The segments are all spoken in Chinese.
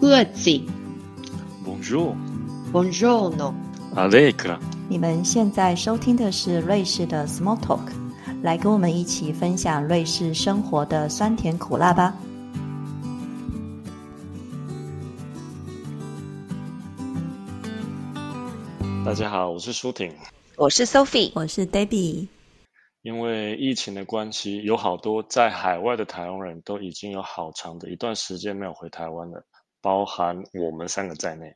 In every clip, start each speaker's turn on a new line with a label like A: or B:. A: 各自
B: Bonjour,
A: Buongiorno，
B: Allegra。
C: 你们现在收听的是瑞士的 Small Talk，来跟我们一起分享瑞士生活的酸甜苦辣吧。
B: 大家好，我是舒婷。
D: 我是 Sophie，
C: 我是 Debbie，
B: 因为疫情的关系，有好多在海外的台湾人都已经有好长的一段时间没有回台湾了，包含我们三个在内。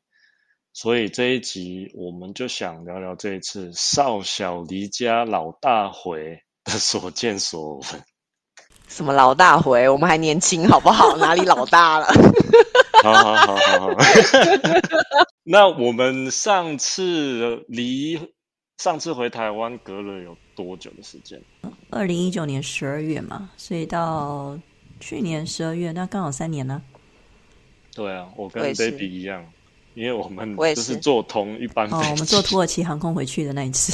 B: 所以这一集我们就想聊聊这一次少小离家老大回的所见所闻。
D: 什么老大回，我们还年 轻哦好不好？哪里老大了？
B: 好好好好好。 那我们上次离上次回台湾隔了有多久的时间？
C: 二零一九年十二月嘛，所以到去年十二月，那刚好三年呢、
B: 对啊，我
D: 我
B: 跟
D: 也是
B: Baby 一样，因为我们
D: 我也
B: 就是是坐同一班飞
C: 哦，
B: 机，
C: 我们坐土耳其航空回去的那 一次，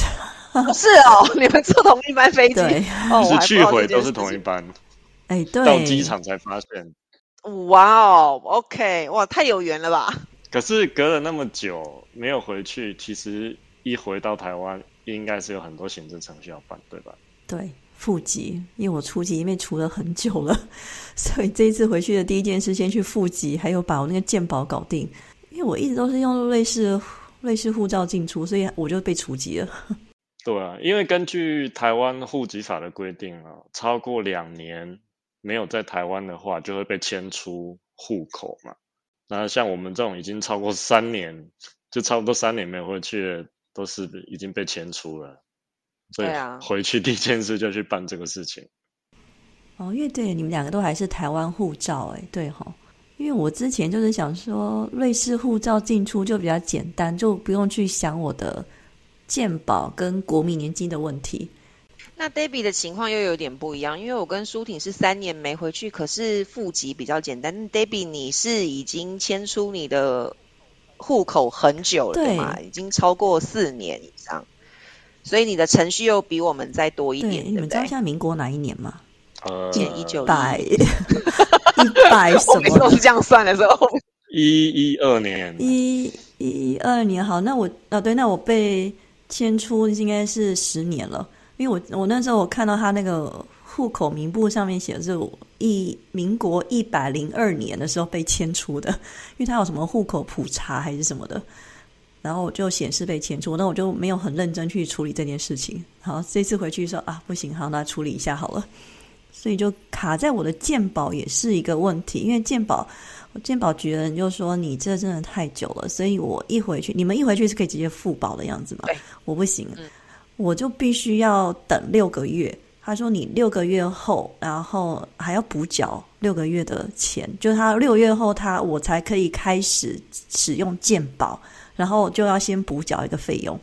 D: 是哦，你们坐同一班飞机，
C: 对，
D: 哦，我
B: 就
D: 还
B: 是
D: 不知
B: 去
D: 道
B: 回
D: 这件
B: 都
D: 事
B: 是
D: 情
B: 同一班，
C: 哎，对，
B: 到机场才发现。
D: 哇哦，OK，哇，太有缘了吧？
B: 可是隔了那么久没有回去，其实一回到台湾，应该是有很多行政程序要办，对吧？
C: 对，复籍，因为我出籍因为除了很久了， 所以这一次回去的第一件事先去复籍，还有把我那个健保搞定，因为我一直都是用瑞士瑞士护照进出，所以我就被除籍了。
B: 对啊，因为根据台湾户籍法的规定啊，超过两年没有在台湾的话，就会被迁出户口嘛。那像我们这种已经超过三年，就差不多三年没有回去的，都是已经被迁出了。所以
D: 对啊
B: 回去第一件事就去办这个事情。
C: 哦，因为对你们两个都还是台湾护照，哎，对哈、因为我之前就是想说，瑞士护照进出就比较简单，就不用去想我的健保跟国民年金的问题。
D: 那 Debbie 的情况又有点不一样，因为我跟舒婷是三年没回去，可是户籍比较简单。Debbie，你是已经迁出你的户口很久了，
C: 对
D: 对吗？已经超过四年以上，所以你的程序又比我们再多一
C: 对，
D: 点，
C: 你
D: 对
C: 们
D: 不
C: 知道
D: 对
C: 现？在民国哪一年吗？
B: 呃，
D: 减一九哦
C: 百 一百
D: 我
C: 什
D: 每
C: 么
D: 次都
C: 的
D: 是这样算的时候，
B: 一一二年，
C: 一一二年，好，那我啊，对，那我被迁出应该是十年了，因为我我那时候我看到他那个户口名簿上面写的是我一民国一百零二年的时候被迁出的， 因为他有什么户口普查还是什么的，然后我就显示被迁出，那我就没有很认真去处理这件事情。好，这次回去说啊，不行，好，那处理一下好了。所以就卡在我的鉴宝也是一个问题，因为鉴宝鉴宝局的人就说你这真的太久了，所以我一回去，你们一回去是可以直接付保的样子嘛
D: 对？
C: 我不行，我就必须要等六个月。他说你六个月后，然后还要补缴六个月的钱，就是他六个月后他我才可以开始使用鉴宝，然后就要先补缴一个费用。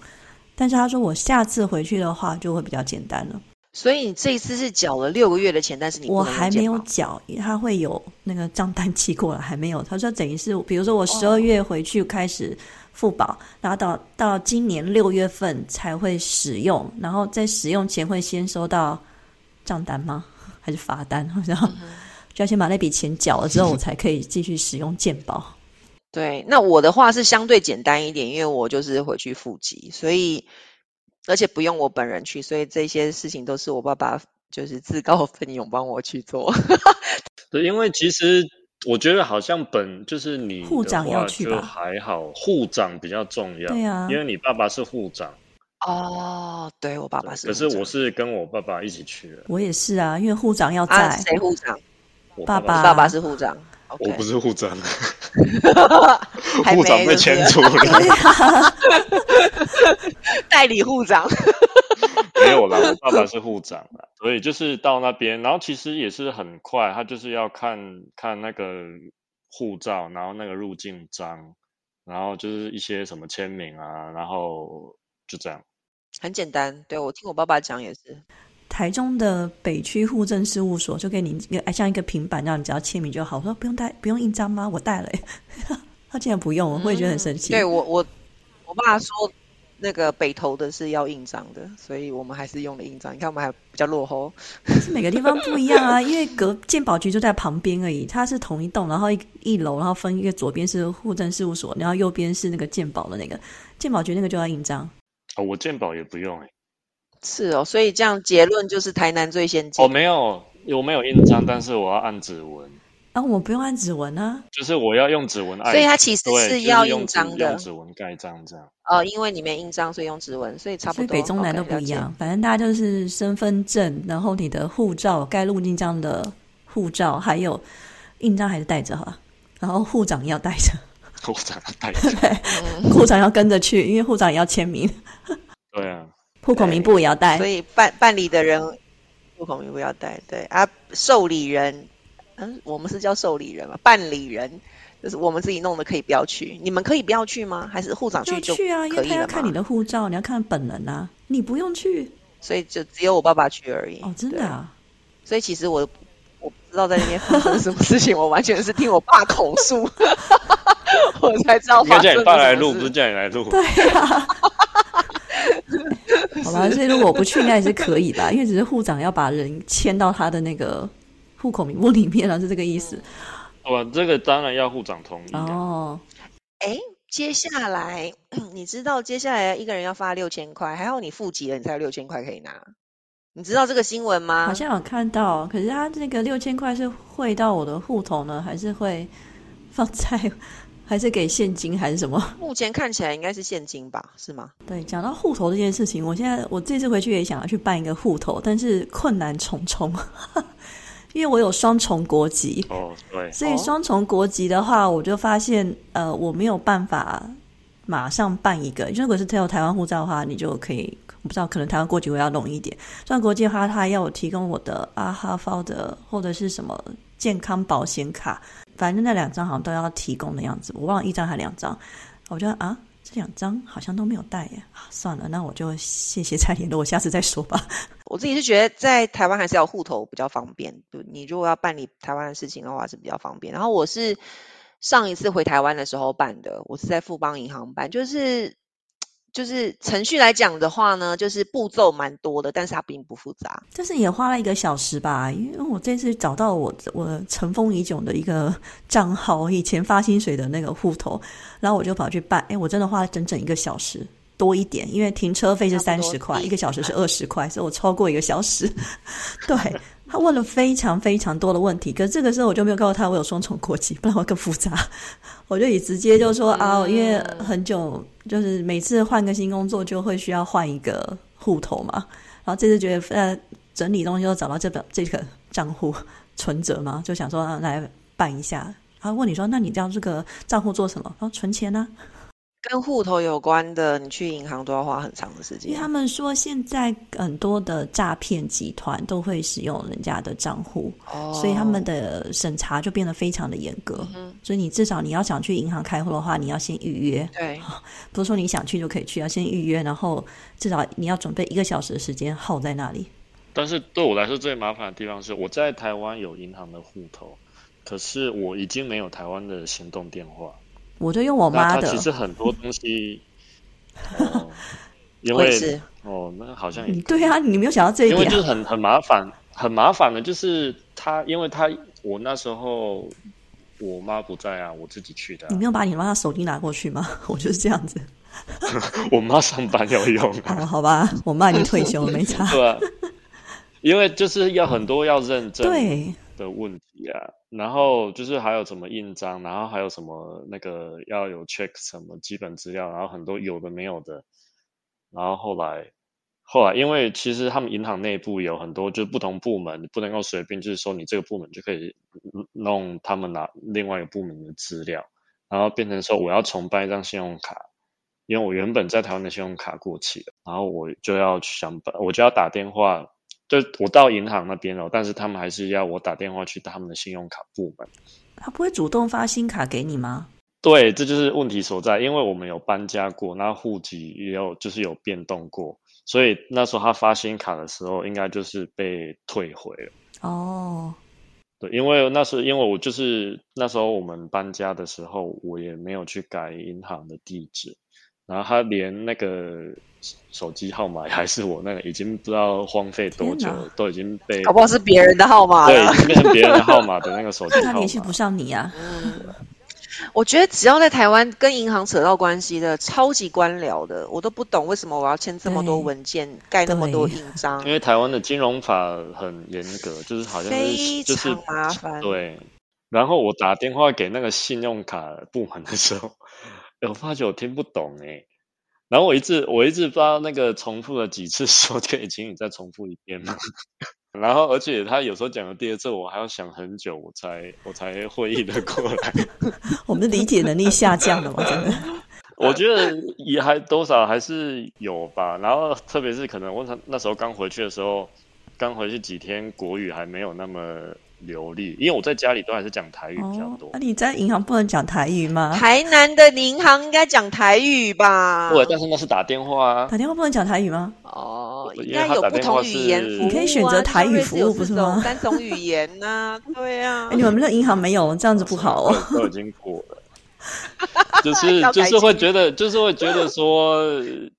C: 但是他说我下次回去的话就会比较简单了。
D: 所以你这一次是缴了六个月的钱，但是你不
C: 我
D: 能
C: 还
D: 健
C: 没有
D: 保
C: 缴，他会有那个账单寄过来，还没有。他说等于是，比如说我十二
D: 哦
C: 月回去开始付保，然后到到今年六月份才会使用，然后在使用前会先收到账单吗？还是罚单？好像、
D: 嗯
C: 就要先把那笔钱缴了之后，我才可以继续使用健保。
D: 对，那我的话是相对简单一点，因为我就是回去复籍，所以而且不用我本人去，所以这些事情都是我爸爸就是自告奋勇帮我去做。
B: 对，因为其实我觉得好像本就是你
C: 护
B: 的
C: 长要
B: 话
C: 去
B: 就
C: 吧
B: 还好，护长比较重要，
C: 对啊
B: 因为你爸爸是护长，
D: 哦，对我爸爸是
B: 可
D: 护
B: 是
D: 长，
B: 我是跟我爸爸一起去的，
C: 我也是啊，因为护长要在，啊
D: 啊，谁护长？你
B: 我
C: 爸
B: 爸
C: 爸
D: 爸爸是护长
B: 我
D: ，OK，
B: 不是护 长，
D: 还
B: 护长
D: 没
B: 被
D: 就是
B: 迁出 了，
D: 代理护长。
B: 没有啦，我爸爸是护长啦，所以就是到那边，然后其实也是很快，他就是要看看那个护照，然后那个入境章，然后就是一些什么签名啊，然后就这样。
D: 很简单，对我听我爸爸讲也是，
C: 台中的北区户政事务所就给你一个像一个平板，让你只要签名就好。我说不用带，不用印章吗？ 嗯
D: 嗯
C: 我带了、欸，他竟然不用，我会觉得很神奇。
D: 对我我我爸说，那个北投的是要印章的，所以我们还是用了印章。你看我们还比较落后，
C: 可是每个地方不一样啊，因为隔鉴宝局就在旁边而已，它是同一栋，然后一一楼，然后分一个左边是户政事务所，然后右边是那个鉴宝的那个鉴宝局那个就要印章。
B: 哦，我鉴宝也不用哎、
D: 是哦。所以这样结论就是台南最先进。
B: 哦，没有，我没有印章，但是我要按指纹，
C: 啊，我不用按指纹啊，
B: 就是我要用指纹按，
D: 所以它其实
B: 对，就是
D: 要
B: 用
D: 印
B: 指
D: 章
B: 用
D: 的
B: 指纹盖章这样。
D: 哦，因为你没印章，所以用指纹，所以差不
C: 所以
D: 多。
C: 北中南
D: OK，
C: 都不
D: 了
C: 一
D: 解。
C: 样。反正大家就是身份证，然后你的护照该入境这样的护照，还有印章还是带着哈，然后护长要带着，
B: 我长得太 像
D: 嗯
C: 护长要跟着去，因为护长也要签名，
B: 对啊，
C: 户口名簿也要带
D: 所。以办办理的人，户口名不要带，对啊，受理人，嗯，我们是叫受理人嘛，办理人就是我们自己弄的，可以不要去，你们可以不要去吗？还是护长
C: 要
D: 就
C: 去啊，因
D: 可
C: 为
D: 以
C: 他要
D: 了
C: 看
D: 嘛
C: 你的护照，你要看本人啊，你不用去
D: 所以就只有我爸爸去而已。
C: 哦，真的
D: 对
C: 啊。
D: 所以其实我我不知道在那边发生什么事情，我完全是听我爸口 述，我才知道
B: 应该
D: 发生
B: 叫
D: 了
B: 你爸来
D: 什么
B: 录，
D: 事
B: 不是叫你来 录。
C: 对 啊。好吧，所以如果我不去，应该也是可以啊吧？因为只是护长要把人签到他的那个户口名簿里面啊了，是这个意思。
B: 哇，哦这个当然要护长同意、啊。
C: 哦，
D: 接下来 你知道接下来一个人要发六千块，还好你付级了，你才有六千块可以拿。你知道这个新闻吗？
C: 好像有看到，可是他这个六千块是汇到我的户头呢，还是会放在，还是给现金还是什么？
D: 目前看起来应该是现金吧，是吗？
C: 对，讲到户头这件事情，我现在我这次回去也想要去办一个户头，但是困难重重， 因为我有双重国籍，
B: 哦，对，
C: 所以
D: 哦
C: 双重国籍的话，我就发现呃我没有办法马上办一个，如果是只有台湾护照的话，你就可以。我不知道，可能台湾国籍会要容易一点。像国际的话，它要我提供我的阿哈包的或者是什么健康保险卡，反正那两张好像都要提供的样子，我忘了一张还两张。我觉得啊，这两张好像都没有带耶，啊算了，那我就谢谢再联络，我下次再说吧。
D: 我自己是觉得在台湾还是要有户头比较方便，就你如果要办理台湾的事情的话是比较方便。然后我是上一次回台湾的时候办的，我是在富邦银行办，就是就是程序来讲的话呢，就是步骤蛮多的，但是它并不复杂。
C: 但是也花了一个小时吧，因为我这次找到我我尘封已久的一个账号，以前发薪水的那个户头，然后我就跑去办，哎，我真的花了整整一个小时多一点，因为停车费是
D: 差
C: 三
D: 不多
C: 十块，
D: 一
C: 一个小时是二十块，所以我超过一个小时。 对他问了非常非常多的问题，可是这个时候我就没有告诉他我有双重国籍，不然会更复杂。 我就也直接就说啊，因为很久就是每次换个新工作就会需要换一个户头嘛，然后这次觉得呃整理东西都找到这本这个账户存折嘛，就想说、啊、来办一下。然后问你说，那你这样这个账户做什么？然后存钱呢、啊
D: 跟户头有关的，你去银行都要花很长的时
C: 因为他
D: 间。
C: 们说现在很多的诈骗集团都会使用人家的账户，
D: 哦
C: 所以他们的审查就变得非常的严格。
D: 嗯
C: 所以你至少你要想去银行开户的话，你要先预约，
D: 对，
C: 不是说你想去就可以去，要先预约，然后至少你要准备一个小时的时间耗在那里。
B: 但是对我来说最麻烦的地方是，我在台湾有银行的户头，可是我已经没有台湾的行动电话。
C: 我就用我妈
B: 那它
C: 的嗯
B: 其，实很多东 西，哦、因
D: 我也
B: 为
D: 是。
B: 哦，那好 像也
C: 你对啊，你没有想到这一
B: 因为
C: 点
B: 就
C: 啊、
B: 是很很麻烦，很麻烦的，就是他，因为他我那时候我妈不在啊，我自己去的啊、
C: 你没有把你妈的手机拿过去吗？ 我就是这样子。
B: 我妈上班要用啊、
C: 哦，好 吧，我妈已经退休了，没差。
B: 对啊，因为就是要很多要认证
C: 对，
B: 的问题啊，然后就是还有什么印章，然后还有什么那个要有 check 什么基本资料，然后很多有的没有的，然后后来后来因为其实他们银行内部有很多就是不同部门，不能够随便就是说你这个部门就可以嗯弄他们拿另外一个部门的资料，然后变成说我要重办一张信用卡，因为我原本在台湾的信用卡过期了，然后我就要去想办，我就要打电话，就我到银行那边了，哦但是他们还是要我打电话去他们的信用卡部门。
C: 她不会主动发新卡给你吗？
B: 对，这就是问题所在，因为我们有搬家过，那户籍也有就是有变动过，所以那时候他发新卡的时候，应该就是被退回了。
C: 哦，
B: 对，因为那时因为我就是那时候我们搬家的时候，我也没有去改银行的地址，然后他连那个手机号码还是我那个，已经不知道荒废多久
C: 天哪
B: 了，都已经被
D: 搞不好是别人的号码
B: 对，
D: 了
B: 已。经变成别人的号码的那个手机
C: 他
B: 号码
C: 联。系不上你啊，
D: 我觉得只要在台湾跟银行扯到关系的，超级官僚的，我都不懂为什么我要签这么多
C: 对
D: 文件，盖那么多印章
B: 因，为台湾的金融法很严格，就是好像
D: 非
B: 是就是
D: 常麻烦。
B: 对。然后我打电话给那个信用卡部门的时候， 哎我发觉我听不懂哎、然后我一直我一直不知道那个重复了几次说，可以请你再重复一遍吗？ 然后而且他有时候讲了第二次，我还要想很久，我才我才会意的过来。
C: 我们的理解能力下降了嘛，真的。哎
B: 我觉得也还多少还是有吧。然后特别是可能我那那时候刚回去的时候，刚回去几天，国语还没有那么流利，因为我在家里都还是讲台语 比较
C: 哦
B: 多，
C: 那、。你在银行不能讲台语吗？
D: 台南的银行应该讲台语吧？
B: 对，但是那是打电话啊。
C: 打电话不能讲台语吗？
D: 哦，
B: 因为
D: 应该
B: 他
D: 有
B: 打
D: 不
B: 电
D: 同
B: 话
D: 语
B: 是
D: 言服务啊、
C: 你可以选择台语服务
D: 像瑞士有
C: 不是
D: 这种
C: 吗
D: 三种语言呐、对啊
C: 哎，。你们那银行没有，这样子不好哦。
B: 都已经过 了。就是
D: 要
B: 就
D: 改
B: 是会
D: 进
B: 觉得，就是会觉得说，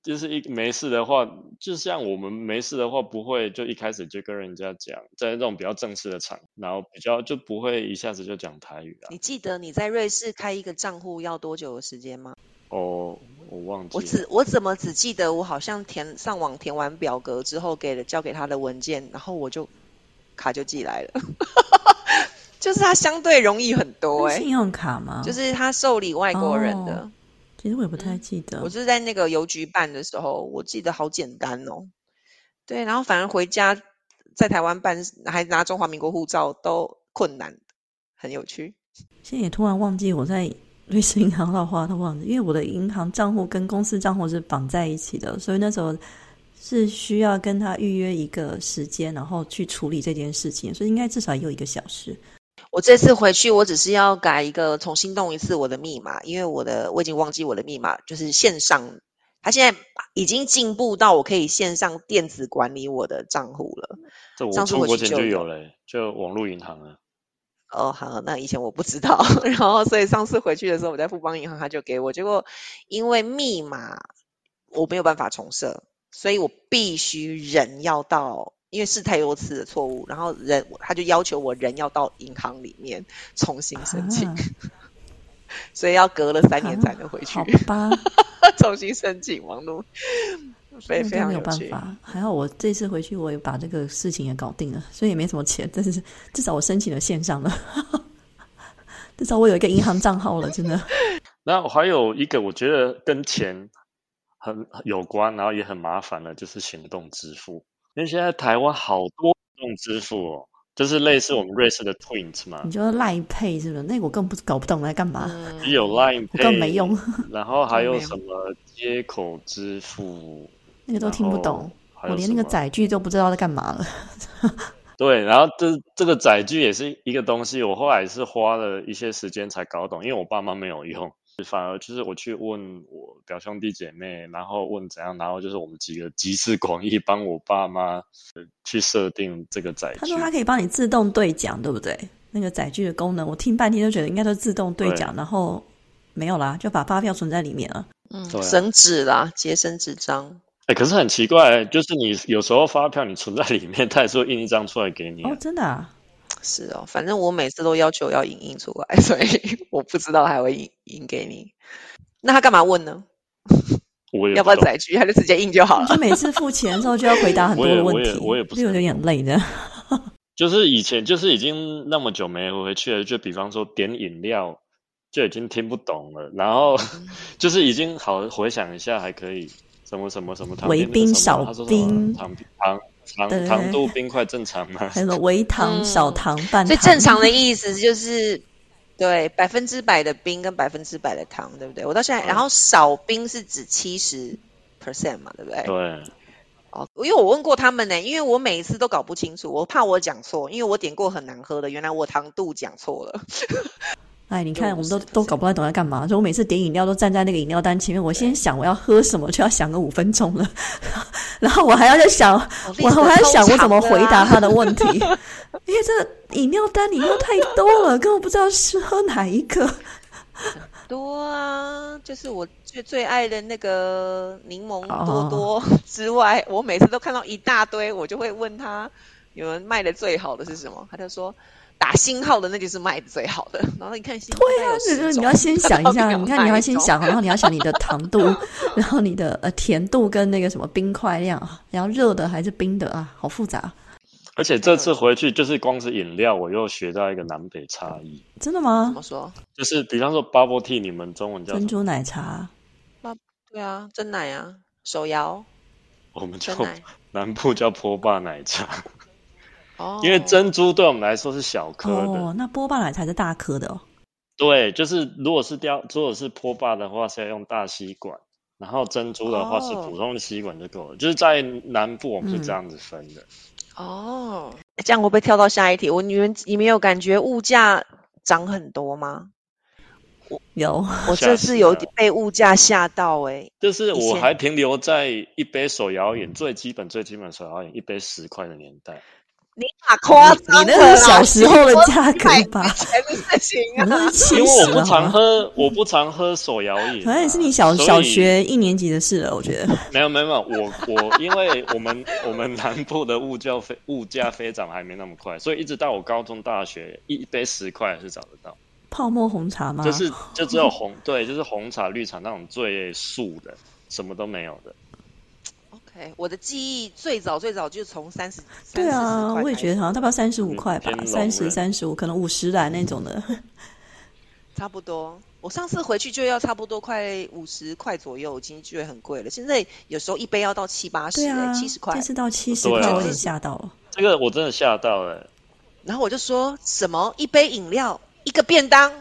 B: 就是一没事的话，就像我们没事的话，不会就一开始就跟人家讲，在那种比较正式的场，然后比较就不会一下子就讲台语啊
D: 你。记得你在瑞士开一个账户要多久的时间吗？
B: 哦，我忘记
D: 我
B: 了。
D: 只我怎么只记得我好像填上网填完表格之后给了交给他的文件，然后我就卡就寄来了， 就是它相对容易很多哎、
C: 是信用卡吗？
D: 就，是他受理外国人的。
C: 哦其实我也不太记得
D: 嗯我。是在那个邮局办的时候，我记得好简单哦。对，然后反而回家在台湾办，还拿中华民国护照都困难，很有趣。
C: 现在也突然忘记我在瑞士银行的话都忘了，因为我的银行账户跟公司账户是绑在一起的，所以那时候是需要跟他预约一个时间，然后去处理这件事情，所以应该至少也有一个小时。
D: 我这次回去，我只是要改一个，重新弄一次我的密码，因为我的我已经忘记我的密码，就是线上，他现在已经进步到我可以线上电子管理我的账户了。
B: 这我
D: 上次
B: 出
D: 我
B: 国
D: 去
B: 前
D: 就
B: 就
D: 有
B: 有了欸、就网络银行啊。
D: 哦，好，那以前我不知道， 然后所以上次回去的时候，我在富邦银行，他就给我，结果因为密码我没有办法重设，所以我必须人要到，因为是太多次的错误，然后人他就要求我人要到银行里面重新申请，
C: 啊
D: 所以要隔了三年才能回去、
C: 好吧，
D: 重新申请网络，非
C: 那
D: 非
C: 真
D: 常
C: 嗯没有
D: 有
C: 办
D: 趣。
C: 法。还好我这次回去，我也把这个事情也搞定了，所以也没什么钱，但是至少我申请了线上了， 至少我有一个银行账号了，真的。
B: 那还有一个，我觉得跟钱很有关，然后也很麻烦的，就是行动支付。因为现在台湾好多行动支付哦，就是类似我们瑞士的 Twins 嘛
C: 你，就赖配是不是？那个我根本不搞不懂来干嘛。
D: 嗯
B: 也有 Line
C: 我根
B: Pay，
C: 本没用，
B: 然后还
D: 没
B: 有
D: 有
B: 什么接口支付，
C: 那个都听不懂，
B: 还
C: 我
B: 有
C: 连
B: 什
C: 那个
B: 么
C: 载具都不知道在干嘛了。
B: 对，然后这这个载具也是一个东西，我后来是花了一些时间才搞懂，因为我爸妈没有用，反而就是我去问我表兄弟姐妹，然后问怎样，然后就是我们几个集思广益，帮我爸妈呃去设定这个载
C: 他
B: 具
C: 说。他可以帮你自动对讲，对不对？那个载具的功能，我听半天就觉得应该都自动对讲，然后没有啦，就把发票存在里面了。
D: 嗯
B: 对啊
D: 省纸啦，节省纸张。
B: 哎，可是很奇怪，就是你有时候发票你存在里面，他也是会印一张出来给你啊、
C: 哦，真的啊，
D: 是哦，反正我每次都要求要影印出来， 所以我不知道还会影印给你。那他干嘛问呢？
B: 我也
D: 要不
B: 不
D: 要
B: 懂。
D: 载具？他就直接印就好
C: 你
D: 了
C: 就。每次付钱的时候就要回答很多的问题，
B: 我也我也我也不
C: 就有点累的。
B: 就是以前就是已经那么久没回去了，就比方说点饮料就已经听不懂了，然后
C: 嗯
B: 就是已经好回想一下还可以什么什么什么糖
C: 微
B: 边那个
C: 冰
B: 什么
C: 少
B: 他说什么
C: 冰
B: 糖糖糖
C: 对
B: 糖度冰块正常 吗？
C: 还有微糖、
D: 嗯
C: 少糖、半糖，
D: 所以正常的意思就是，对，百分之百的冰跟百分之百的糖，对不对？我到现在，
B: 嗯
D: 然后少冰是指七十 percent 嘛，对不对？
B: 对，
D: 哦，因为我问过他们呢，因为我每一次都搞不清楚，我怕我讲错，因为我点过很难喝的，原来我糖度讲错了。
C: 哎，你
D: 就
C: 看，我
D: 五
C: 们
D: 十
C: 都都搞不太懂在干嘛。所以我每次点饮料都站在那个饮料单前面，我先想我要喝什么，就要想个五分钟了， 然后我还要在想，
D: 哦
C: 我我还要想我怎么回答。
D: 历史超长的啊
C: 他的问题， 因 为这个饮料单里面太多了，根本不知道是喝哪一个。
D: 多啊，就是我最最爱的那个柠檬多
C: 哦
D: 多 之外，我每次都看到一大堆，我就会问他，你们卖的最好的是什么？他就说打星号的那就是卖的最好的。然后你看星号
C: 对
D: 大概
C: 啊
D: 有，
C: 你
D: 十
C: 就你
D: 种
C: 要先想一
D: 到 底
C: 下，
D: 有
C: 你看你要
D: 哪
C: 先
D: 一种
C: 想，然后你要想你的糖度， 然后你的呃甜度跟那个什么冰块量啊，然后热的还是冰的啊，好复杂。
B: 而且这次回去就是光是饮料，我又学到一个南北差异，
C: 真的
D: 怎
C: 吗
D: 么？说？
B: 就是比方说 bubble tea，你们中文叫什
C: 珍
B: 么？
C: 珠奶茶
D: 对啊，真奶啊，手 摇
B: 我们叫
D: 真奶
B: 南部叫波霸奶茶，
D: 哦，
B: 因为珍珠对我们来说是小颗的，
C: 哦，那波霸奶茶是大颗的哦。
B: 对，就是如果是雕，如果是坡霸的话是要用大吸管，然后珍珠的话是
D: 哦
B: 普通的吸管就够了。就是在南部我们是这
C: 嗯
B: 样子分的。
D: 哦，这样会不会跳到下一题？我你们你们有感觉物价涨很多 吗？
C: 有，
D: 我
B: 吓
D: 这
B: 死
D: 次有
B: 了
D: 被物价吓到哎、
B: 就是
D: 以
B: 我
D: 前
B: 还停留在一杯手摇饮最基本最基本的手摇饮一杯十块的年代，
D: 你把夸 张
C: 你那
D: 了
C: 是
D: 啦
C: 小时候的价格
D: 100
C: 吧
D: 年前的事情
C: 我
D: 啊，
C: 都
B: 因
C: 气
B: 为我
C: 死
B: 不
C: 了，好
B: 常
C: 吗？
B: 喝，我不常喝手摇饮、
C: 可
B: 啊，
C: 能也是你小
B: 所
C: 小
B: 以
C: 学一年级的事了，我觉得。
B: 没有没有没有，我我因为我们我们南部的物价飞物价飞涨还没那么快，所以一直到我高中大学一一杯十块还是找得到。
C: 泡沫红茶吗？
B: 就是就只有红， 对，就是红茶、绿茶那种最素的，什么都没有的。
D: OK，我的记忆最早最早就从三十，
C: 对啊，我也觉
D: 得
C: 得好像大概三十五块
B: 嗯，
C: 吧
B: 偏
C: 三十、
B: 笼
C: 三十五，可能五十来那种的。
D: 差不多。我上次回去就要差不多快五十块左右，已经觉得很贵了。现在有时候一杯要到七八十、
C: 对
D: 欸
C: 啊，
D: 七十块
C: 这。次到七十
B: 对
C: 块，
B: 啊
C: 我有点吓到了。
B: 这个我真的吓到了、
D: 然后我就说什么一杯饮料，一个便当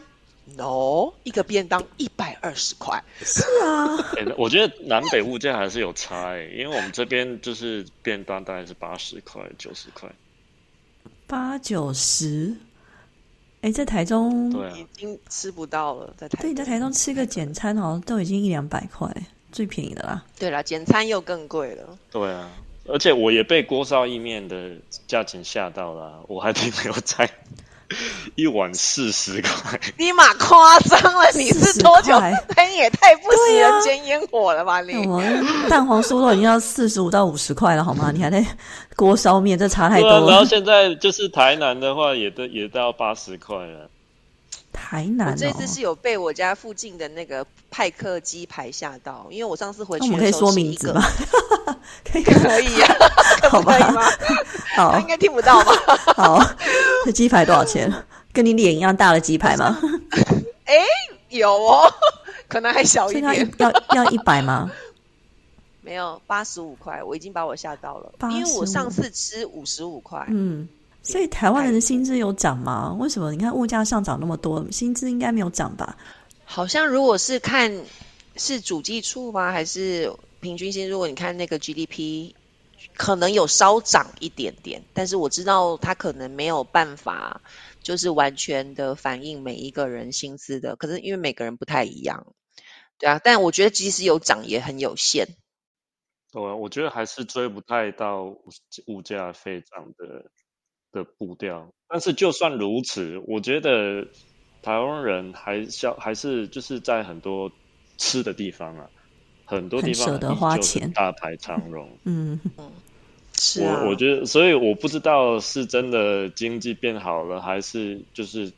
D: ，no，一个便当一百二十块。
C: 是啊，
B: 欸我觉得南北物价还是有差哎、因为我们这边就是便当大概是八十块、九十块，
C: 八九十，哎，在台中，
B: 对啊
D: 已，经吃不到了，在台
C: 对，在台中吃个简餐好像都已经一两百块，最便宜的啦。
D: 对啦，简餐又更贵了。
B: 对啊。而且我也被锅烧意面的价钱吓到了啊、我还停留在 一碗四十块。
D: 尼玛夸张了！你是
C: 40
D: 多久
C: 块？
D: 那你也太不食
C: 对啊
D: 人间烟火了吧你！
C: 那哎我蛋黄酥都已经要四十五到五十块了，好吗？你还在锅烧面，这差太
B: 对
C: 多
B: 啊，然后
C: 了。
B: 现在就是台南的话也都也到八十块了。
C: 台
D: 我
C: 南
D: 这
C: 哦，
D: 次是有被我家附近的那个派克鸡排吓到，因为我上次回
C: 那
D: 去
C: 我们可
D: 的
C: 以
D: 时候
C: 说
D: 吃
C: 名
D: 一
C: 字
D: 个
C: 吗，？ 可以，
D: 可以啊，
C: 好
D: 可以
C: 吧，
D: 吗？
C: 好
D: 他应该听不到吧？
C: 好。这鸡排多少钱？跟你脸一样大的鸡排吗？
D: 有哦，可能还小
C: 所
D: 一
C: 以要一
D: 点，
C: 要要一百吗？
D: 没有八十五块，我已经把我吓到了，因为
C: 85
D: 我上次吃五十五块，
C: 嗯，所以台湾人的薪资有涨吗？为什么你看物价上涨那么多，薪资应该没有涨吧？
D: 好像如果是看是主计处吗？还是平均薪？如果你看那个 GDP，可能有稍涨一点点，但是我知道它可能没有办法，就是完全的反映每一个人薪资的，可是因为每个人不太一样，对啊。但我觉得即使有涨，也很有限。
B: 对啊，我觉得还是追不太到物物价飞涨的的步调。但是就算如此，我觉得台湾人还消还是就是在很多吃的地方啊，很多
C: 很
B: 地方
C: 舍得
B: 依旧
C: 花
B: 是
C: 钱
B: 大排长龙。
C: 嗯，
D: 是啊，
B: 我我觉得，所以我不知道是真的经济变好了，还是就是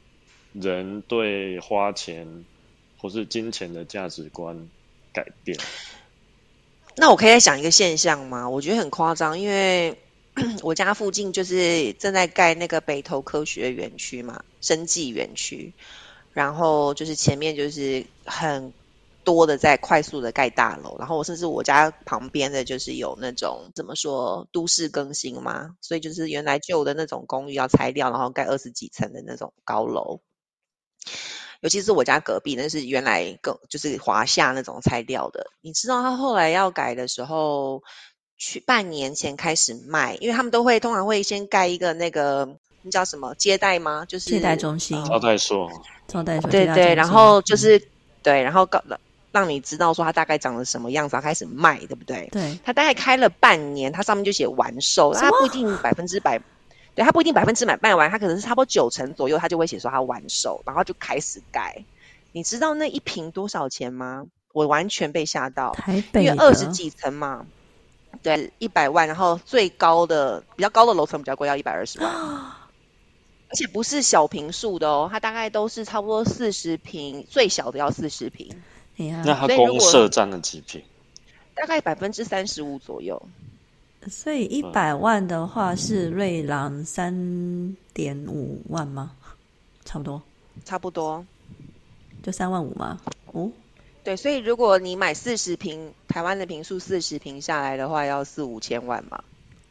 B: 人对花钱或是金钱的价值观改变。
D: 哦那我可以再想一个现象吗？我觉得很夸张，因为我家附近就是正在盖那个北投科学园区嘛，生技园区，然后就是前面就是很多的在快速的盖大楼，然后我甚至我家旁边的就是有那种怎么说都市更新嘛，所以就是原来旧的那种公寓要拆掉，然后盖二十几层的那种高楼。尤其是我家隔壁，那是原来更就是华夏那种拆掉的。你知道他后来要改的时候，去半年前开始卖，因为他们都会通常会先盖一个那个那叫什么接待吗？就是
C: 接待中心
D: 呃
B: 招待所
C: 招待所
D: 对
C: 接待中
D: 对，
C: 心
D: 然后
C: 嗯
D: 就是、对，然后告让你知道说它大概长得什么样子，然后开始卖，对不对？
C: 对
D: 它大概开了半年，它上面就写完售，它不一定百分之百，对，它不一定百分之百卖完，它可能是差不多九成左右，它就会写说它完售，然后就开始盖。你知道那一瓶多少钱吗？我完全被吓到，
C: 台
D: 因
C: 北
D: 为
C: 的
D: 二十几层嘛，对，一百万，然后最高的比较高的楼层比较贵，要一百二十万，而且不是小平数的哦，它大概都是差不多四十平，最小的要四十平，
C: 哎呀，
B: 那它
D: 所以如
B: 公
D: 果
B: 社占了几平？
D: 大概百分之三十五左右。
C: 所以一百万的话是瑞郎三点五万吗？差不多，
D: 差不多，
C: 就三万五吗？哦，
D: 对，所以如果你买四十平，台湾的平数四十平下来的话，要四五千万嘛，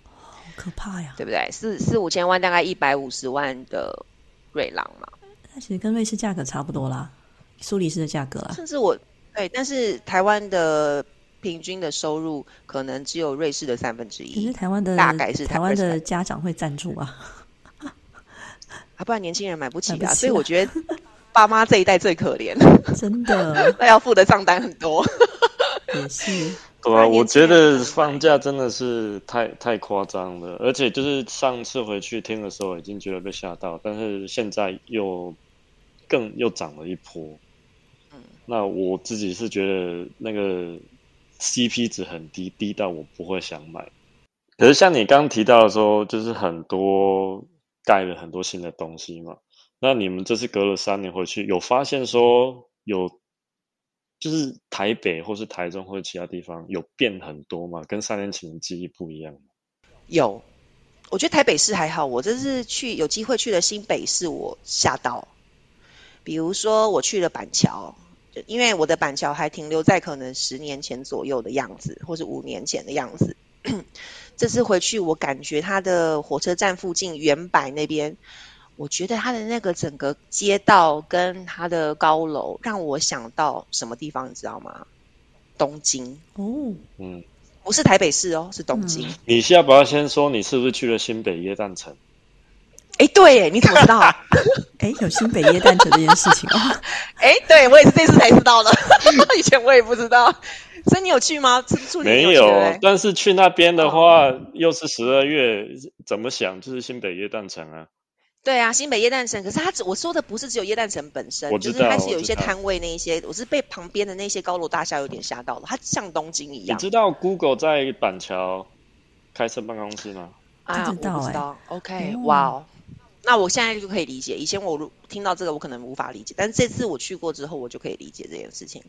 C: 好可怕呀！
D: 对不对？四四五千万，大概一百五十万的瑞郎嘛，
C: 那其实跟瑞士价格差不多啦，苏黎世的价格啦。
D: 甚至我对，但是台湾的平均的收入可能只有瑞士的三分之
C: 可是
D: 一，
C: 台湾的
D: 大概是
C: 台湾
D: 台
C: 的
D: 湾
C: 家长会赞助 啊，
D: 啊，不然年轻人买不起
C: 买
D: 的、
C: 不起
D: 所以
C: 啊
D: 我觉得爸妈这一代最可怜，
C: 真的
D: 那要付的账单很多。
C: 也是。
B: 对
D: 那
B: 啊，
D: 年
B: 我
D: 轻
B: 觉
D: 人
B: 得
D: 很
B: 放假真的是太太夸张了，而且就是上次回去听的时候已经觉得被吓到，但是现在又更又涨了一波。
D: 嗯
B: 那我自己是觉得那个 CP 值很低，低到我不会想买。可是像你刚提到的时候，就是很多带了很多新的东西嘛。那你们这次隔了三年回去，有发现说有，就是台北或是台中或者其他地方有变很多吗？跟三年前的记忆不一样吗？
D: 有，我觉得台北市还好，我这次去有机会去了新北市，我吓到。比如说我去了板桥，就因为我的板桥还停留在可能十年前左右的样子，或是五年前的样子。 这次回去，我感觉它的火车站附近原柏那边，我觉得它的那个整个街道跟它的高楼，让我想到什么地方，你知道吗？东京，
C: 哦，
B: 嗯，
D: 不是台北市哦，是东京。
B: 你要不要先说你是不是去了新北耶诞城？
D: 哎、对耶，你怎么知道？
C: 哎，有新北耶诞城这件事情 啊，
D: 哎，对我也是这次才知道的， 以前我也不知道。所以你有去吗？是助理
B: 没
D: 有去，欸哦对不对
B: 但是去那边的话，又是十二月，怎么想就是新北耶诞城啊。
D: 对啊，新北耶诞城。可是它只我说的不是只有耶诞城本身，
B: 我
D: 就
B: 知
D: 是
B: 道
D: 它是
B: 我
D: 有一
B: 知
D: 些
B: 道
D: 摊位那一些，我是被旁边的那些高楼大厦有点吓到了。它像东京一
B: 你
D: 样
B: 知道 Google 在板桥开设办公室吗？
D: 啊，
C: 不
D: 我
C: 知道
D: 不知
C: 哎
D: 道。OK，
C: 哦
D: 哇、哦，那我现在就可以理解。以前我如听到这个，我可能无法理解，但是这次我去过之后，我就可以理解这件事情。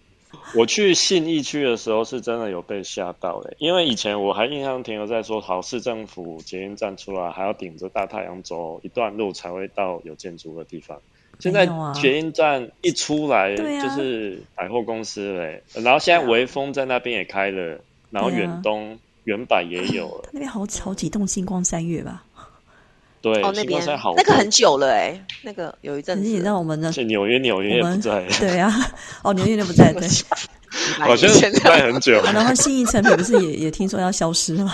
B: 我去信义区的时候是真的有被吓到诶、因为以前我还印象停留在说，好市政府捷运站出来还要顶着大太阳走一段路才会到有建筑的地方。现在
C: 没有啊
B: 捷运站一出来
C: 对啊
B: 就是百货公司嘞、然后现在
D: 对啊
B: 微风在那边也开了，然后
C: 对啊
B: 远东、远百也有 了，
C: 那边好好几栋星光三月吧。
B: 对，
D: 哦，那
B: 星光
D: 边
B: 山好
D: 那个
B: 多
D: 很久了哎、那个有一
C: 可是你
D: 阵子
C: 知
D: 了。
C: 道我们的
B: 是纽约，纽约也
C: 我
B: 不
C: 们
B: 在，
C: 对啊，哦，牛牛都不在 对。
B: 好像
D: 以前
B: 不
D: 的
B: 在很久。
C: 啊然后信义成品不是也也听说要消失了吗？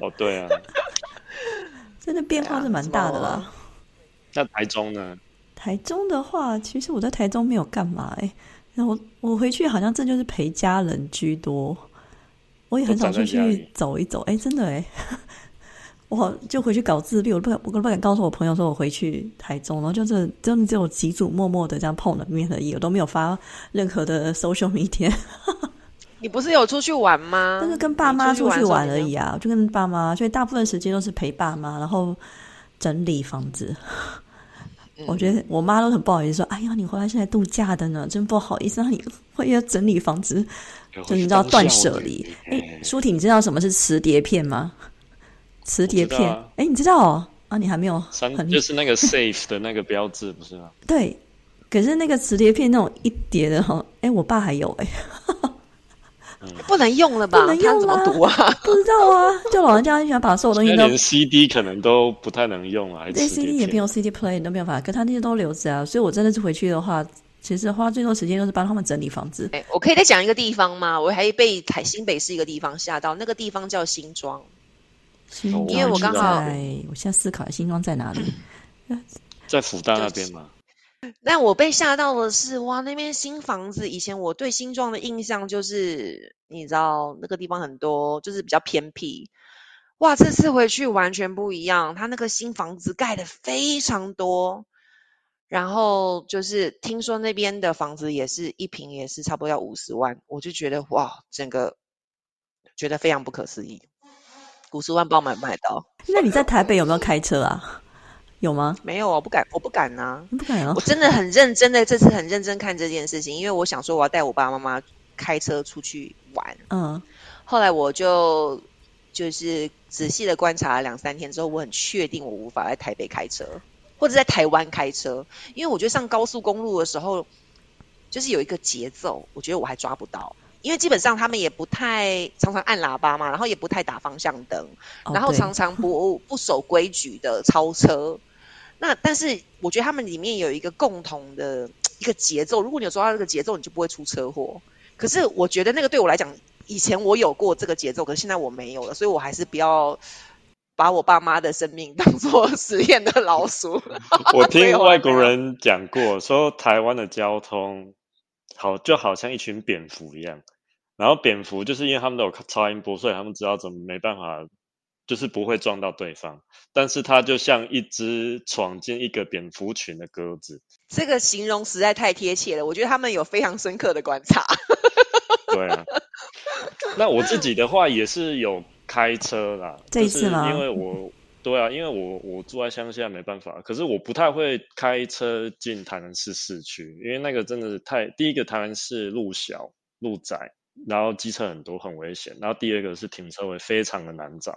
B: 哦，对啊，
C: 真的变化是蛮大的
D: 对啊
C: 啦。
B: 那台中呢？
C: 台中的话，其实我在台中没有干嘛哎、然后我我回去好像这就是陪家人居多，我也很少出
B: 都宅在家
C: 去
B: 里
C: 走一走哎、真的哎、 我好就回去搞自律，我不敢我都不敢告诉我朋友说我回去台中，然后就这真的只有几组默默的这样碰了面而已，我都没有发任何的 social media，
D: 你不是有出去玩
B: 啊
D: 吗？
C: 但是跟爸妈
D: 你
C: 出去
D: 的时候
C: 玩而
D: 你
C: 已
D: 就。
C: 啊，我就跟爸妈，所以大部分时间都是陪爸妈，然后整理房子。
B: 嗯
C: 我觉得我妈都很不好意思说：“哎呀，你回来是来度假的呢，真不好意思，让你会要整理房子，就你知道断舍离。”哎，
B: 嗯
C: 舒婷，你知道什么是磁碟片吗？磁碟
B: 我知
C: 片
B: 道啊，
C: 哎，你知道哦？啊，你还没有
B: 三
C: 很
B: 就是那个 safe 的那个标志，不是吗？
C: 对，可是那个磁碟片那种一叠的哈，哎，我爸还有哎，
D: 不能用了吧？
C: 不能用
D: 它怎么
C: 啦
D: 读啊？
C: 不知道啊，就老人家很喜欢把 所有东西
B: 现
C: 都
B: 在连 CD 可能都不太能用了，啊还
C: 对
B: 磁碟
C: CD 也没有 CD play 都没有办法，可他那些都留着啊，所以我真的是回去的话，其实花最多时间都是帮他们整理房子。
D: 哎我可以再讲一个地方吗？我还被台新北市一个地方吓到，那个地方叫新庄，
C: 新
B: 哦
C: 庄
B: 因为我
C: 在
B: 刚好
C: 我现在思考新庄在哪里？
B: 在福大那边 嘛。
D: 但我被吓到的是，哇，那边新房子。以前我对新庄的印象就是，你知道那个地方很多就是比较偏僻。哇，这次回去完全不一样，它那个新房子盖的非常多，然后就是听说那边的房子也是一平也是差不多要五十万，我就觉得哇，整个觉得非常不可思议，五十万帮我买买到，
C: 那你在台北有没有开车啊？有吗？
D: 没有啊，我不敢，我不敢呐、
C: 你不敢哦
D: 我。真的很认真的，这次很认真看这件事情，因为我想说我要带我爸爸妈妈开车出去玩。
C: 嗯
D: 后来我就就是仔细的观察了两三天之后，我很确定我无法在台北开车，或者在台湾开车，因为我觉得上高速公路的时候，就是有一个节奏，我觉得我还抓不到。因为基本上他们也不太常常按喇叭嘛，然后也不太打方向灯，
C: 哦
D: 然后
C: 对
D: 常常不 不守规矩的超车。那但是我觉得他们里面有一个共同的一个节奏，如果你有抓到这个节奏，你就不会出车祸。可是我觉得那个对我来讲，以前我有过这个节奏，可是现在我没有了，所以我还是不要把我爸妈的生命当做实验的老鼠。
C: 哦
B: 我
D: 没有
B: 听
D: 啊
B: 外国
D: 没有
B: 人讲过，说台湾的交通好就好像一群蝙蝠一样，然后蝙蝠就是因为他们都有超音波，所以他们知道怎么没办法，就是不会撞到对方。但是它就像一只闯进一个蝙蝠群的鸽子，
D: 这个形容实在太贴切了，我觉得他们有非常深刻的观察。
B: 对啊，那我自己的话也是有开车啦，
C: 这一次吗
B: 就是因为我对啊，因为我我住在乡下没办法，可是我不太会开车进台南市市区，因为那个真的是太第一个台南市路小路窄，然后机车很多很危险，然后第二个是停车位非常的难找。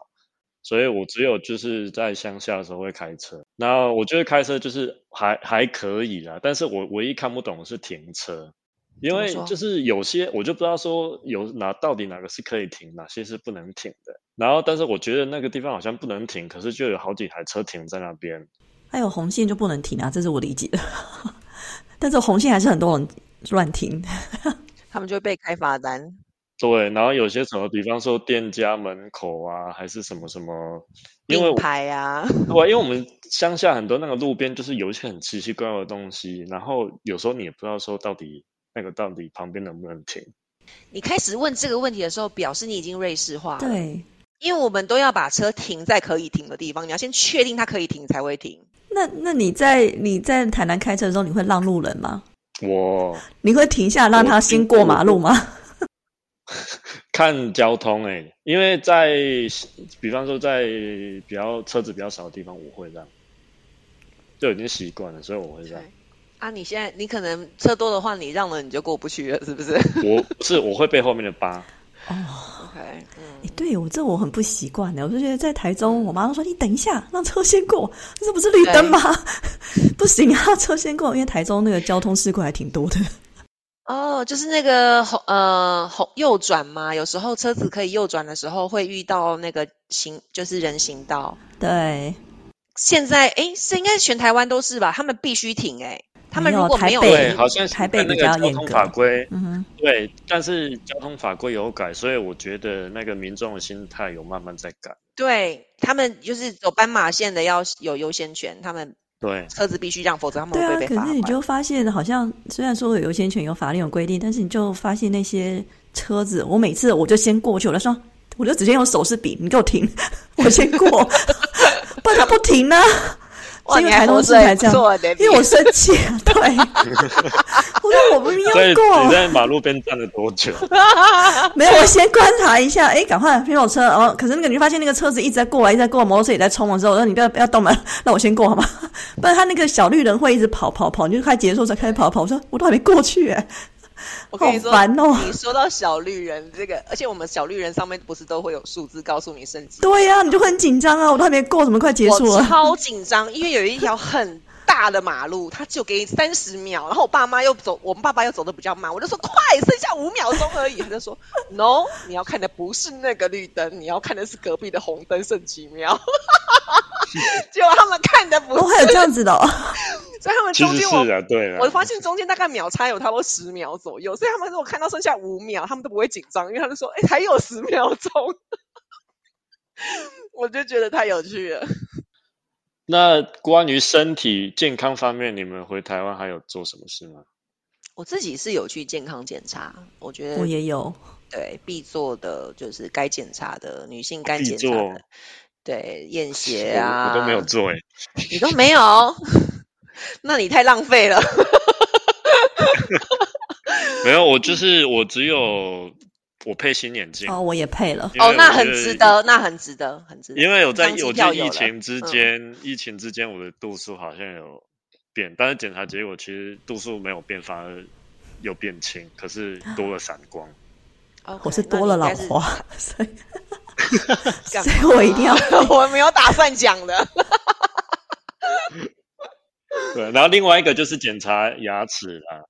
B: 所以我只有就是在乡下的时候会开车，那我觉得开车就是还还可以啦，但是我唯一看不懂的是停车，因
D: 怎么
B: 为
D: 说
B: 就是有些我就不知道说有哪到底哪个是可以停，哪些是不能停的。然后，但是我觉得那个地方好像不能停，可是就有好几台车停在那边。
C: 还有红线就不能停啊，这是我理解的。 但是红线还是很多人乱停。
D: 他们就会被开罚单，
B: 对，然后有些什么，比方说店家门口啊，还是什么什么，因为
D: 并
B: 我
D: 排啊，
B: 对啊，因为我们乡下很多那个路边就是有一些很奇奇怪怪的东西，然后有时候你也不知道说到底那个到底旁边能不能停。
D: 你开始问这个问题的时候，表示你已经瑞士化了。，
C: 对，
D: 因为我们都要把车停在可以停的地方，你要先确定它可以停才会停。
C: 那那你在你在台南开车的时候，你会让路人吗？
B: 我
C: 你会停下让他先过马路吗？
B: 看交通诶、因为在比方说在比较车子比较少的地方，我会这样，就已经习惯了，所以我会这样。
D: 啊，你现在你可能车多的话，你让了你就过不去了，是 不是
B: 我不是我会被后面的扒，
D: ？OK，
C: 哎
D: 嗯，，
C: 对我这我很不习惯的，我就觉得在台中，我妈都说你等一下，让车先过，这不是绿灯吗？ 不行啊，车先过，因为台中那个交通事故还挺多的。
D: 哦，就是那个红呃红右转嘛，有时候车子可以右转的时候会遇到那个行就是人行道。
C: 对，
D: 现在诶，是应该全台湾都是吧？他们必须停诶，他们
C: 没有
D: 如果没有
C: 台北
B: 对，
D: 停，
B: 好像
C: 台北
B: 现在
C: 比
B: 那
C: 较
B: 个交
C: 严
B: 通
C: 格
B: 法规，
C: 嗯哼，
B: 对，但是交通法规有改，所以我觉得那个民众的心态有慢慢在改。
D: 对他们就是走斑马线的要有优先权，他们
B: 对，
D: 车子必须让，否则他们
C: 对啊
D: 会，被罚
C: 可
D: 款。
C: 是你就发现，好像虽然说有优先权有法律有规定，但是你就发现那些车子，我每次我就先过去，我就说，我就直接用手势比，你给我停，我先过，不然他不停呢、
D: 哇，
C: 是因
D: 你
C: 为
D: 还
C: 台
D: 活
C: 东市
D: 得
C: 才
D: 还
C: 这
D: 不
C: 样，
D: 错的，
C: 因为我生气啊，对， 我说我不 明要
B: 所以
D: 啊
B: 你
C: 过，
B: 在马路边站了多久？
C: 没有，我先观察一下，哎，赶快苹果车，然后可是那个你就发现那个车子一直在过来，一直在过来，摩托车也在冲的时候，我说你不要不要动门，让我先过好吗？ 不然他那个小绿人会一直跑跑跑，你就快结束才开始跑跑，我说我都还没过去、哎，
D: 我跟你说，
C: 好烦哦
D: 你说到小绿人这个，而且我们小绿人上面不是都会有数字告诉你升级？
C: 对呀、你就会很紧张啊，我都还没过，怎么快结束啊
D: 我
C: 了？
D: 超紧张，因为有一条很大的马路，它只有给你三十秒，然后我爸妈又走，我们爸爸又走的比较慢，我就说快，剩下五秒钟而已。他就说 No，你要看的不是那个绿灯，你要看的是隔壁的红灯，剩几秒。 结果他们看的不
C: 哦，还有
D: 是，
C: 这样子的、哦，
D: 所以他们
B: 其
D: 中
B: 实
D: 间我
B: 是啊，对了，
D: 我发现中间大概秒差有差不多十秒左右，所以他们如果看到剩下五秒，他们都不会紧张，因为他就说：“哎、还有十秒钟。”我就觉得太有趣了。
B: 那关于身体健康方面，你们回台湾还有做什么事吗？
D: 我自己是有去健康检查，我觉
C: 我
D: 得
C: 也有，
D: 对必做的就是该检查的，女性该
B: 必
D: 检查
B: 做
D: 的，对验 血
B: 我
D: 啊，
B: 欸我都没有做诶、
D: 你都没有， 那你太浪费了。
B: 没有，我就是我只有我配新眼镜
C: 哦，我也配了。
B: 因为
D: 哦，那
B: 我
D: 很
B: 觉得
D: 值得，那很值得，很值得。
B: 因为我在
D: 张机
B: 我
D: 票
B: 在
D: 有
B: 疫
D: 了
B: 情之
D: 嗯
B: 间，疫情之间我的度数好像有变，但是检查结果其实度数没有变，反而有变轻，可是多了散光。
D: 啊 OK，
C: 我是
D: 那
C: 多
D: 你
C: 了
D: 应该
C: 老
D: 是
C: 花，所 以
D: 干
C: 所以我一定 要哎
D: 我没有打算 讲的。
B: 对，然后另外一个就是检查牙齿啦，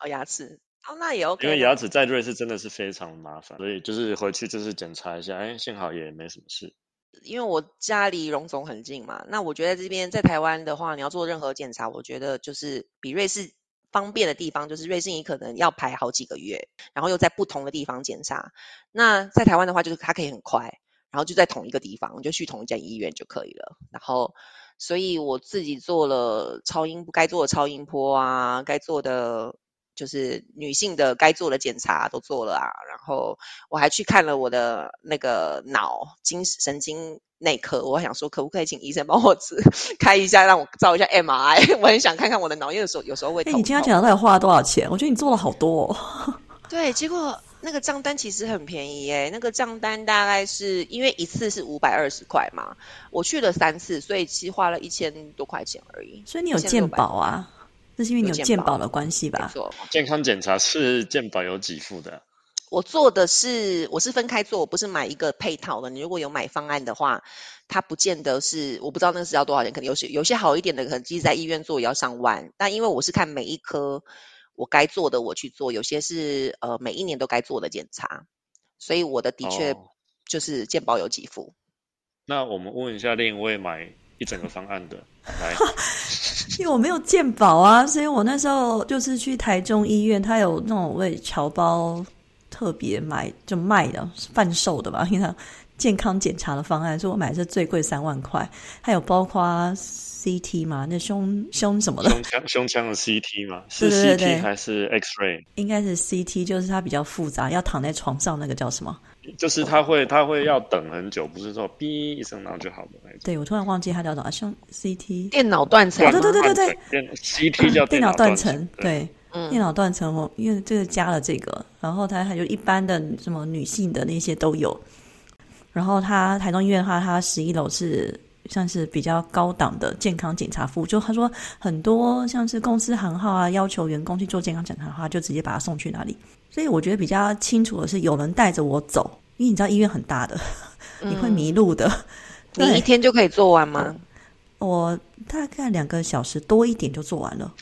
D: 哦，牙齿，哦，那也 OK
B: 因
D: 啦。
B: 为牙齿在瑞士真的是非常麻烦，所以就是回去就是检查一下，哎，幸好也没什么事。
D: 因为我家离荣总很近嘛，那我觉得在这边在台湾的话，你要做任何检查，我觉得就是比瑞士方便的地方，就是瑞士你可能要排好几个月，然后又在不同的地方检查。那在台湾的话，就是它可以很快，然后就在同一个地方，你就去同一家医院就可以了。然后，所以我自己做了超音该做的超音波啊，该做的。就是女性的该做的检查都做了啊，然后我还去看了我的那个脑经神经内科，我想说可不可以请医生帮我 治开一下，让我照一下 MRI，我很想看看我的脑，因为有时候有时候会
C: 哎、
D: 痛。
C: 你今天
D: 痛
C: 讲到底花了多少钱？我觉得你做了好多、哦。
D: 对，结果那个账单其实很便宜耶，那个账单大概是因为一次是五百二十块嘛，我去了三次，所以其实花了一千多块钱而已。
C: 所以你有
D: 1600
C: 鉴宝啊？那是因为你有
D: 有鉴
C: 鉴
D: 宝
C: 宝的关系
D: 没
C: 吧？
D: 错，
B: 健康检查是健保有给付的，
D: 我做的是我是分开做，我不是买一个配套的。你如果有买方案的话，它不见得是我不知道那是要多少钱，可能有些有些好一点的，可能即使在医院做也要上万。但因为我是看每一科我该做的我去做，有些是呃每一年都该做的检查，所以我的的确
B: 哦
D: 就是健保有给付。
B: 那我们问一下另一位买一整个方案的，来，
C: 因为我没有鉴宝啊，所以我那时候就是去台中医院，他有那种为侨胞特别买就卖的贩售的吧，因为它健康检查的方案，所以我买的是最贵三万块，还有包括 CT 嘛，那胸胸什么的，
B: 胸腔胸腔的 CT 吗？是
C: 对对对
B: CT 还是 X-ray？
C: 应该是 CT，就是它比较复杂，要躺在床上那个叫什么？
B: 就是他会他会要等很久，不是说哔一声然后就好的那种。
C: 对我突然忘记它叫什么，啊胸 CT
D: 电脑断层
C: 哦
D: 吗，
C: 对对对对对
B: 电 CT 叫
C: 电
B: 脑
C: 脑断
B: 层
C: 层，，对。电
D: 嗯，
C: 脑断层，我因为这个加了这个，然后它还有一般的什么女性的那些都有。然后它台中医院的话，它十一楼是算是比较高档的健康检查服务，就他说很多像是公司行号啊，要求员工去做健康检查的话，就直接把他送去那里。所以我觉得比较清楚的是，有人带着我走，因为你知道医院很大的， 你会迷路的。
D: 你一
C: 对，
D: 天就可以做完吗？
C: 我大概两个小时多一点就做完了。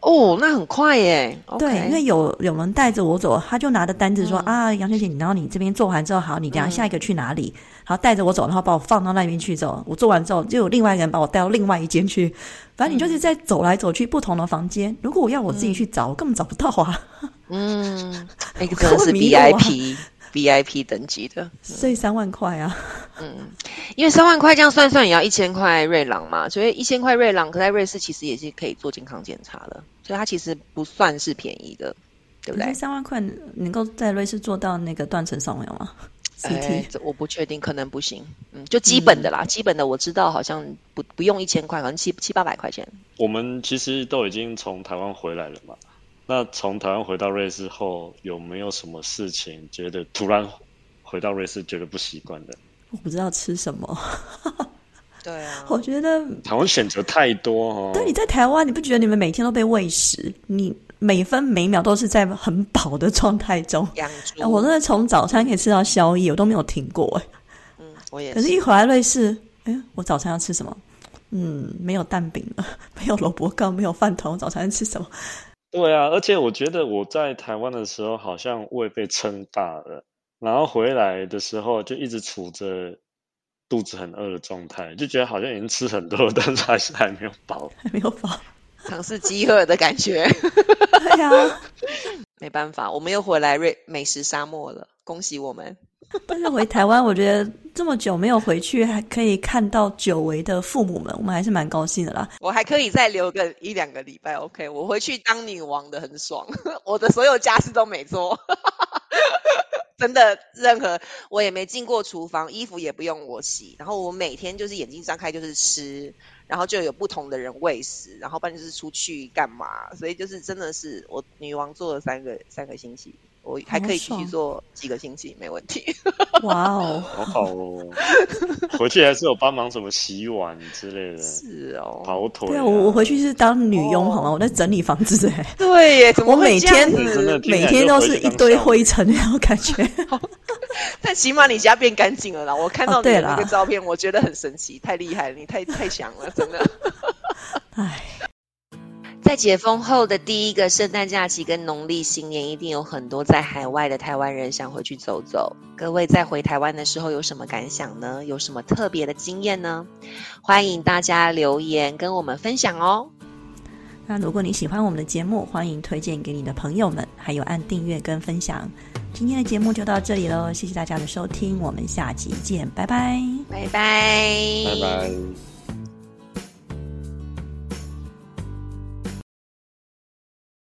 D: 哦，那很快耶。
C: 对，
D: OK 嗯
C: 因为有有人带着我走，他就拿着单子说、啊，杨学姐，你然后你这边做完之后，好，你等一下下一个去哪里？然后带着我走，然后把我放到那边去走。我做完之后，就有另外一个人把我带到另外一间去。反正你
D: 嗯
C: 就是在走来走去不同的房间。如果我要我自己去找，我根本找不到 啊。
D: 嗯，那个
C: 可
D: 真的
C: 会
D: 是
C: 迷路啊
D: VIP VIP 等级的，
C: 所以三万块啊，
D: 因为三万块这样算算也要一千块瑞郎嘛，所以一千块瑞郎可在瑞士其实也是可以做健康检查的，所以它其实不算是便宜的，对不
C: 可
D: 对
C: 是？三万块能够在瑞士做到那个断层扫描吗
D: 哎
C: ？CT，、
D: 这我不确定，可能不行。嗯，就基本的啦，基本的我知道好像不不用一千块，可能七七八百块钱。
B: 我们其实都已经从台湾回来了嘛。那从台湾回到瑞士后，有没有什么事情觉得突然回到瑞士觉得不习惯的？
C: 我不知道吃什 么。
D: 对啊
C: 我觉得
B: 台湾选择太多哦。
C: 对，你在台湾，你不觉得你们每天都被喂食？你每分每秒都是在很饱的状态中。
D: 养
C: 哎
D: 猪，
C: 我真的从早餐可以吃到宵夜，我都没有停过哎。
D: 嗯，我也
C: 可是，一回来瑞士，哎，我早餐要吃什么？嗯，没有蛋饼了，没有萝卜糕，没有饭团，我早餐吃什么？
B: 对啊，而且我觉得我在台湾的时候好像胃被撑大了，然后回来的时候就一直处着肚子很饿的状态，就觉得好像已经吃很多了，但是还是还没有饱。
C: 还没有饱。
D: 尝试饥饿的感觉。
C: 对呀、
D: 没办法，我们又回来瑞美食沙漠了，恭喜我们！
C: 但是回台湾，我觉得这么久没有回去，还可以看到久违的父母们，我们还是蛮高兴的啦。
D: 我还可以再留个一两个礼拜，OK，我回去当女王的很爽， 我的所有家事都没做， 真的，任何我也没进过厨房，衣服也不用我洗，然后我每天就是眼睛张开就是吃，然后就有不同的人喂食，然后不然就是出去干嘛，所以就是真的是我女王做了三个三个星期，我还可以继
C: 好
D: 续
C: 爽
D: 做几个星期，没问题。
C: 哇哦，
B: 好好哦。 回去还是有帮忙什么洗碗之类的，
D: 是哦，
B: 跑腿、
C: 对啊，我我回去是当女佣好吗？
D: 哦
C: 我在整理房子哎，
D: 对耶，怎么
C: 我
D: 会
C: 每
D: 这样
C: 天
B: 你真的听
D: 子？
B: 起来
C: 每天
B: 就
C: 都
B: 回去
C: 是一
B: 当
C: 堆
B: 少女
C: 灰尘，然后感觉
D: 但起码你家变干净了啦。我看
C: 哦
D: 到你
C: 对
D: 的那个
C: 啦
D: 照片，我觉得很神奇，太厉害了，你太太强了，真的。
C: 唉，
D: 在解封后的第一个圣诞假期跟农历新年，一定有很多在海外的台湾人想回去走走。各位在回台湾的时候有什么感想呢？有什么特别的经验呢？欢迎大家留言跟我们分享哦。
C: 那如果你喜欢我们的节目，欢迎推荐给你的朋友们，还有按订阅跟分享。今天的节目就到这里喽，谢谢大家的收听，我们下集见，拜拜。
D: 拜拜，
B: 拜拜。